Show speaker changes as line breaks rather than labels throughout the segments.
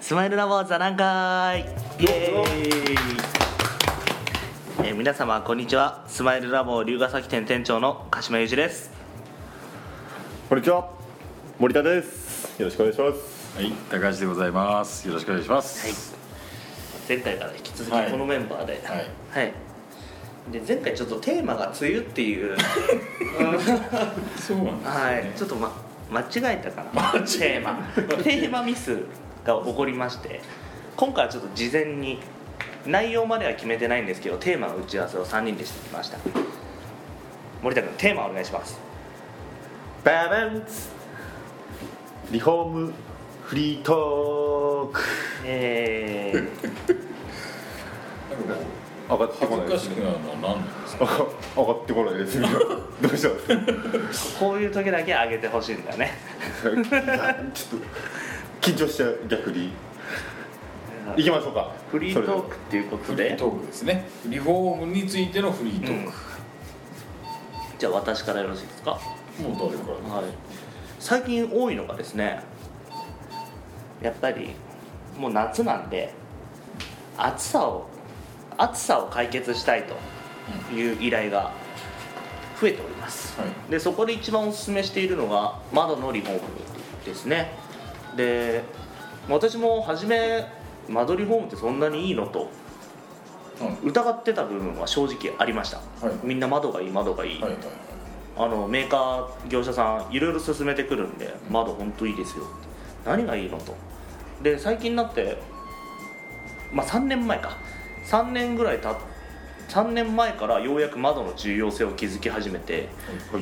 スマイルラボ座談会イエーイえー皆様こんにちはスマイルラボ龍ヶ崎店店長の鹿島裕二です
こんにちは森田ですよろしくお願いします
はい、高橋でございます。よろしくお願いします。
前回から引き続
は
き
い
このメンバーでは
はいい、
で前回ちょっとテーマが「梅雨」っていう
そうなんですよね
はいちょっと、ま、間違えたかなテーマテーマミスが起こりまして今回はちょっと事前に内容までは決めてないんですけどテーマの打ち合わせを3人でしてきました森田君テーマお願いします
バランスリフォームフリートーク
えー、
なんかこ
上がって
う
こない
恥
で
ず
す
かしくなるのは何なんですか。
上が上がってこないですどうしたんです
こういう時だけ上げてほしいんだね
かいやちょっと緊張しちゃう逆に行きましょうか
フリートークっていうこ
フ
と
リ
で
ートークですね。リフォームについてのフリートー
じゃあ私からよろしいですか
ク。もう誰からでも。
はい、最近多いのがですねやっぱりもう夏なんで暑さを暑さを解決したいという依頼が増えております、
は
でそこで一番おすすめしているのが窓のリフォームですねで私も初め窓リフォームってそんなにいいのと
うん
疑ってた部分は正直ありました、
はい
みんな窓がいい窓がいい、
はいはい。
あのメーカー業者さんいろいろ勧めてくるんで窓本当いいですよ何がいいのとで最近になってまあ3年前か3年ぐらいた3年前からようやく窓の重要性を気づき始めて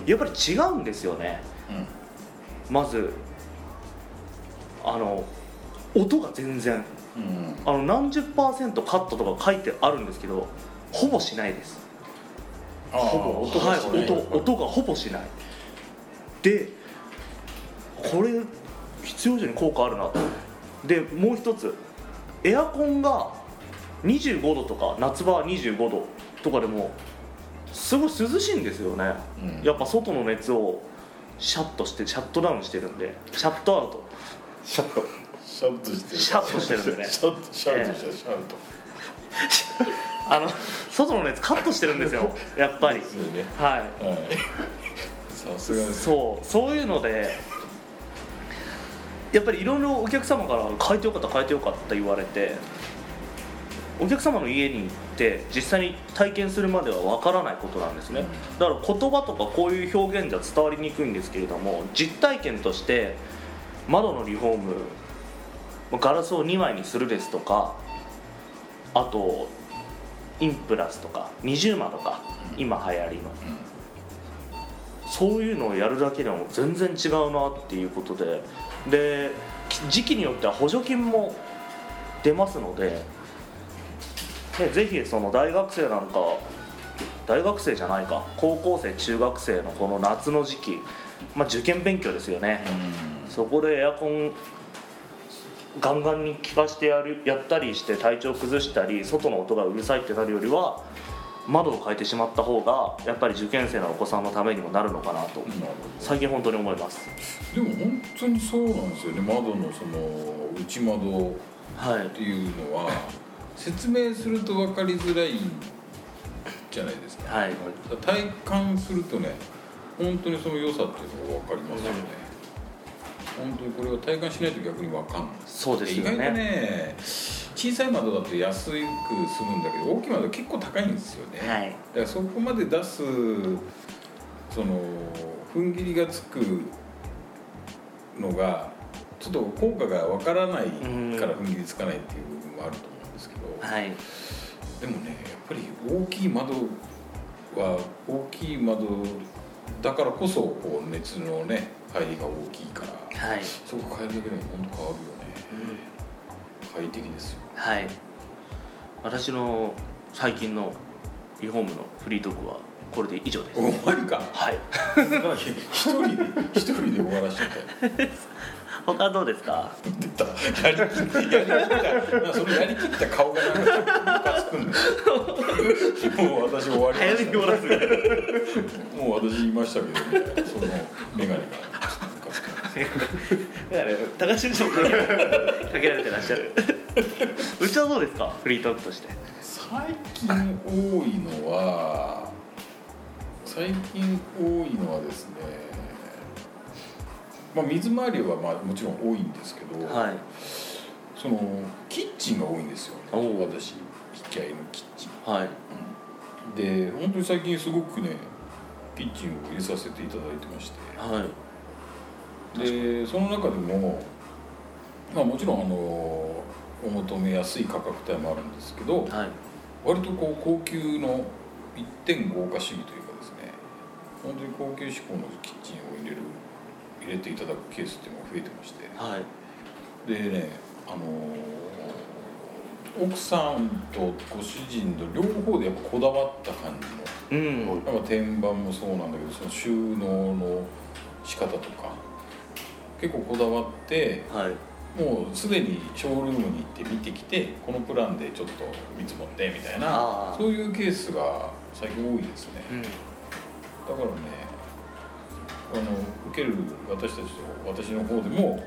やっぱり違うんですよね
うん。
まずあの音が全然
うん。
あの何十パーセントカットとか書いてあるんですけどほぼしないです
ああ、音がしない
はい、音音がほぼしないでこれ必要以上に効果あるなとでもう一つエアコンが25度とか夏場は25度とかでもすごい涼しいんですよね、
うん
やっぱ外の熱をシャッとしてシャットダウンしてるんでシャットア ウト
シャット
シャウトしてる。
シャウトしてるんでね
シャウトシャウトしてるシャウト。
あの外の熱カットしてるんですよやっぱり
そうね。
はい
はい。 さすがです。
そうそういうのでやっぱりいろいろお客様から「変えてよかった変えてよかった」言われてお客様の家に行って実際に体験するまではわからないことなんですねだから言葉とかこういう表現じゃ伝わりにくいんですけれども実体験として窓のリフォームまあガラスを2枚にするですとかあとインプラスとか二重窓か今流行りのそういうのをやるだけでも全然違うなっていうことででき時期によっては補助金も出ますのででぜひその大学生なんか大学生じゃないか高校生中学生のこの夏の時期、まあ、受験勉強ですよね、そこでエアコンガンガンに効かしてやるやったりして体調崩したり外の音がうるさいってなるよりは窓を変えてしまった方がやっぱり受験生のお子さんのためにもなるのかなと
うん。なるほど。
最近本当に思います
でも本当にそうなんですよね窓のその内窓
はい
っていうのは説明すると分かりづらいじゃないですか
はい
体感するとね本当にその良さっていうのが分かりますよね、本当にこれは体感しないと逆に分かんない
そうですよね
意外とね小さい窓だと安く済むんだけど大きい窓は結構高いんですよね、
は
だ
い
からそこまで出すその踏ん切りがつくのがちょっと効果がわからないから踏ん切りつかないっていう部分もあると思うんですけど、
はい
でもねやっぱり大きい窓は大きい窓だからこそこう熱のね入りが大きいから
はい
そこ変えるだけでも本当変わるよね快適ですよ
はい私の最近のリフォームのフリートークはこれで以上です
お前か
はい
一人で一人で終わらしちゃったよ
他どうですか
出たやりきったやりきったなんかそのやりきった顔がなんかムカつくんですよもう私終わりま
早め
し
に
た
終わらせる
もう私言いましたけどみたいなその眼鏡がムカつくんです
だから高橋さんもかけられてらっしゃるうちはどうですかフリートークとして
最近多いのは最近多いのはですねまあ水回りはまあもちろん多いんですけど、
はい
そのキッチンが多いんですよね
おう
私引き合いのキッチン
はい
で本当に最近すごくねキッチンを入れさせていただいてまして
はい
でその中でも、まあ、もちろんあのお求めやすい価格帯もあるんですけど
はい
割とこう高級の一点豪華主義というかですね本当に高級志向のキッチンを入れる入れていただくケースっていうのが増えてまして
はい
でねあの奥さんとご主人と両方でやっぱこだわった感じの
うん
は
やっぱ天板もそうなんだけどその収納の仕方とか結構こだわって
はい
もうすでにショールームに行って見てきてこのプランでちょっと見積もってみたい
あ
な
ー
そういうケースが最近多いですね
うん
だからねあの受ける私たちと私の方でも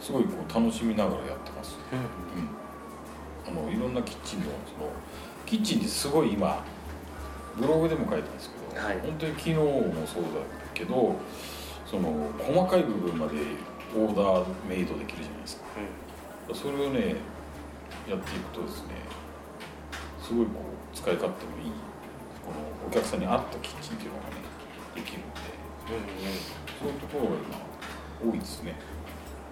すごいこう楽しみながらやってます、うん、あのいろんなキッチンのそのキッチンってすごい今ブログでも書いたんですけど、
はい
本当に機能もそうだけどその細かい部分までオーダーメイドできるじゃないですかそれをねやっていくとですねすごいこう使い勝手もいいこのお客さんに合ったキッチンっていうのがねできるんでそういうところが今多いですね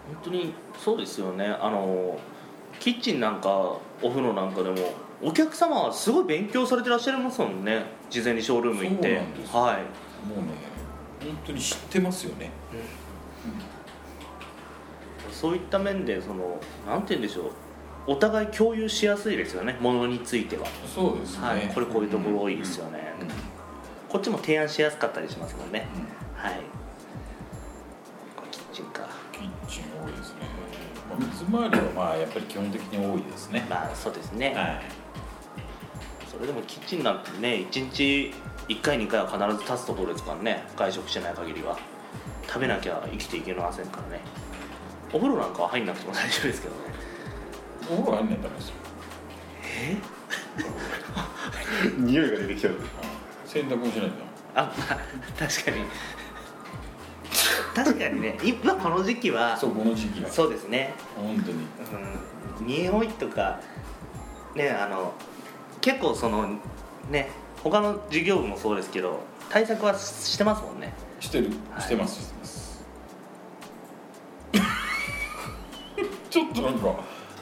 本当にそうですよねあのキッチンなんかお風呂なんかでもお客様はすごい勉強されてらっしゃいますもんね事前にショールーム行って
そうなんですよ
はい
もうね本当に知ってますよね
そういった面でそのなんて言うんでしょうお互い共有しやすいですよねものについては、
そうですね、
はい、これこういうところ多いですよね、
うんうん
こっちも提案しやすかったりしますもんね、はいこれキッチンか
キッチン多いですね、まあ、水回りはまあやっぱり基本的に多いですね
まあそうですね、
はい
それでもキッチンなんてね1日1回2回は必ず立つところですからね外食してない限りは食べなきゃ生きていけませんからねお風呂なんかは入んなくても大丈夫ですけどね
お風呂入んないとダメですよ
匂いが出てきちゃう
洗濯もしないと
あ まあ確かに確かにね今この時期は
ダメそうこの時期は
そうですね
本当に
うん匂いとかねあの結構そのね他の事業部もそうですけど対策はしてますもんね
してる
はい
してます、してます ちょっとなんか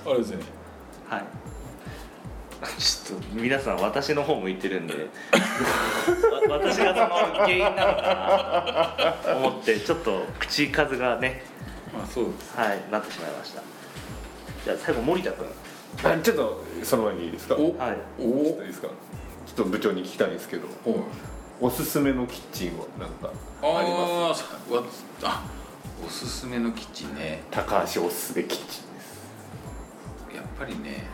あれですね
はい ちょっと皆さん私の方向いてるん でわ私がその原因なのかなと思ってちょっと口数がね
まあそうです
はいなってしまいましたじゃあ最後森田君
あちょっとその前にいいですか
お
ちょっ
はい
お
といいですかちょっと部長に聞きたいんですけど
おお
おすすめのキッチンはなんかあります
ああーわあおすすめのキッチンね
高橋おすすめキッチンです
やっぱりね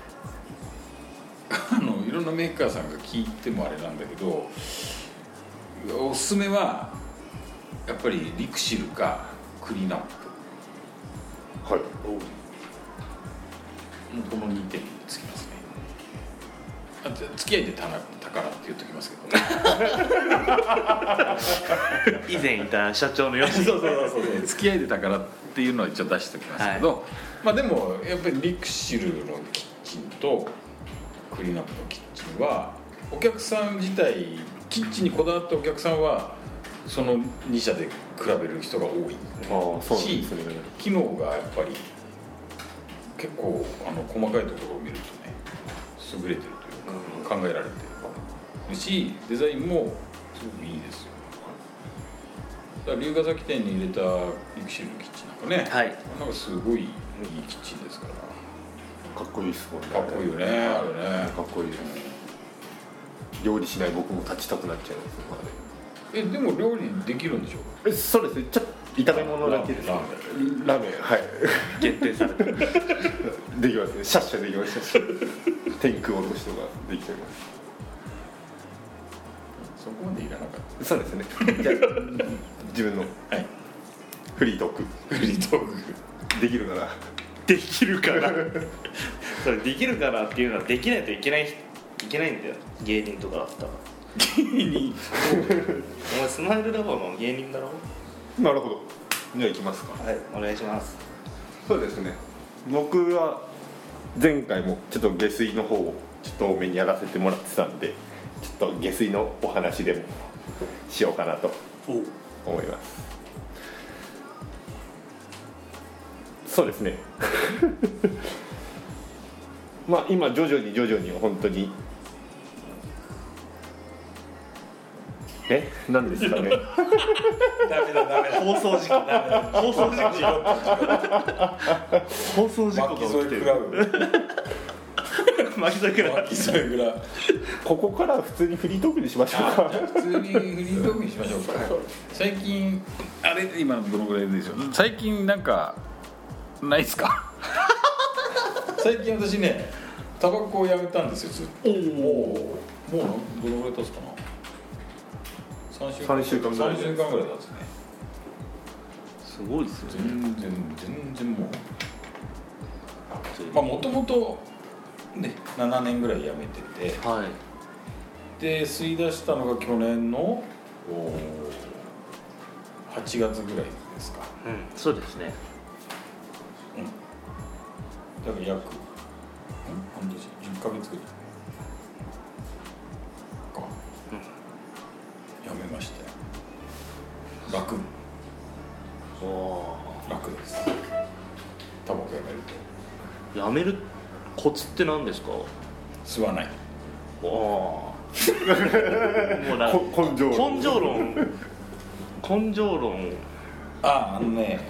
あのいろんなメーカーさんが聞いてもあれなんだけどおすすめはやっぱりリクシルかクリナップ
はい
もうこの2点につきますねあじゃあ付き合いでたな宝って言っときますけどね
以前いた社長のように
付き合いで宝っていうのは一応出しておきますけど、まあでもやっぱりリクシルのキッチンとクリーンアップのキッチンはお客さん自体キッチンにこだわったお客さんはその2社で比べる人が多い
ああそうなんですね
機能がやっぱり結構あの細かいところを見るとね優れてるというか、考えられてるしデザインもすごくいいですよだから龍ヶ崎店に入れたリクシルのキッチンなんかね、
はい
なんかすごいいいキッチンですか
かっこいいっすもんね
らかっこいいよねあれね
かっこいいです料理しない僕も立ちたくなっちゃいますよあれ
えでも料理できるんでしょ
えそうですねちょっと炒め物だけです
ラ
ラ
ー
ーメンはい
限定されてる
できますねシャッシャできますシャッシャ天空落としとかできちゃいます
そこまでいらなかっ
そうですねじゃあ自分の
たはい
フリートーク
フリートーク
できるから
できるから それできるからっていうのはできないといけないいけないんだよ芸人とかだったら
芸人
お前スマイルラボの芸人だろ
なるほどじゃあ行きますか
はいお願いします
そうですね僕は前回もちょっと下水の方をちょっと多めにやらせてもらってたんでちょっと下水のお話でもしようかなと
おう
思いますそうですね まあ今徐々に徐々に本当にえなんですか ね
ダメだダメだ
放送事故放送事故放送事故
巻き
が
添
起
え食らう
きてる巻き添え食らう
巻き添え食らう
ここからは普通にフリートークにしましょう
あ
か
じゃあ普通にフリートークにしましょうか最近あれ今どのぐらいでしょう最近なんかないっすか 最近私ねタバコをやめたんですよずっともうもうどのぐらい経つかな3週
三週間ぐらい
3週間ぐらい経つね
すごいですね
全然全然もうまあもともとね7年ぐらいやめてて
はい
で吸い出したのが去年のお8月ぐらいですか
うんそうですね
だから約ん半年10ヶ月ぐらいか、やめましたよ楽
あ
楽ですタバコやめると
あやめるコツって何ですか
吸わない
ああもうなんか
こ 根性論
根性論根性論
あああのね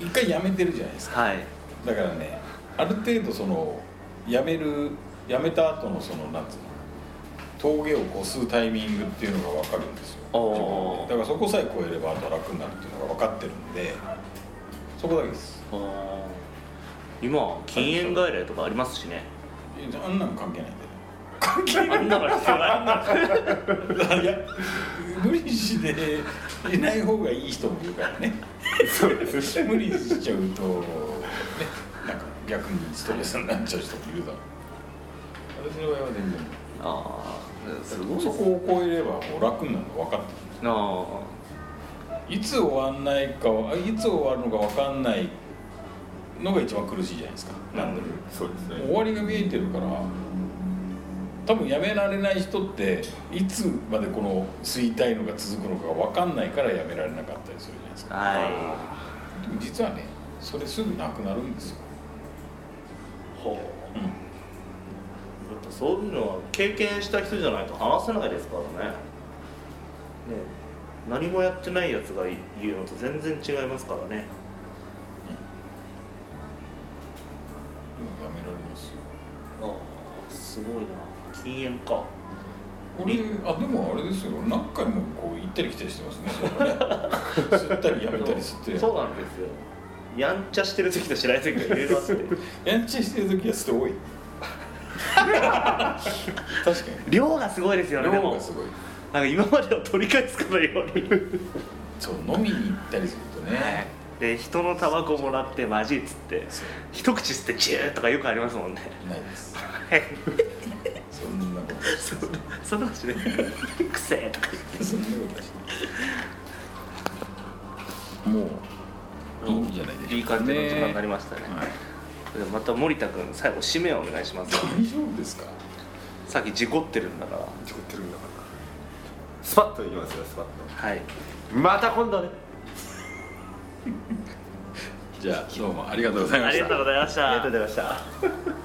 い一回やめてるじゃないですか
はい
だからねある程度そのやめるやめた後のそのなんつうの峠をこう吸うタイミングっていうのが分かるんですよ
あー
自分でだからそこさえ越えればあとは楽になるっていうのが分かってるんでそこだけです
ああ今禁煙外来とかありますしね
いやあんなの関係ないんで
関係ないあんなの必要ない
いや無理していない方がいい人もいるからね
そうです
無理しちゃうとねなんか逆にストレスになっちゃう人もいるだろう私の場合は全然
ああすごい
そこを越えればもう楽になるの分かって
なあ
るいつ終わんないかはあいつ終わるのか分かんないのが一番苦しいじゃないですか何でも
そうです
もう終わりが見えてるから多分やめられない人っていつまでこの吸いたいのが続くのかが分かんないからやめられなかったりするじゃないですか
は
でも実はねそれすぐなくなるんですよ、
いほうやっぱそういうのは経験した人じゃないと話せないですからねね何もやってないやつが言うのと全然違いますからね
うんやめられますよ
ああすごいな禁煙か
俺あでもあれですよ何回もこう行ったり来たりしてますねそれはね吸ったりやめたり吸って
そうなんですよやんちゃしてる時としない時がいろいろあって
やんちゃしてる時は捨て多い確かに
量がすごいですよねで
量
も
がすごい
なんか今までを取り返 すかのように
そう飲みに行ったりするとね
で人のタバコもらってマジっつって一口吸ってチューとかよくありますもんね
ないです
い
そんなこと
そそんなことしないくせえとか言っ
そんなことしないもういいんじゃないでしょうか
ていい感じの時間になりましたね
はい
でまた森田君最後締めをお願いします
大丈夫ですか
さっき事故ってるんだから
作ってるんだからスパッといきますよスパッ
はい
とまた今度ね
じゃあどうもありがとうございま
あ
し
り
た
がとうございました
ありがとうございました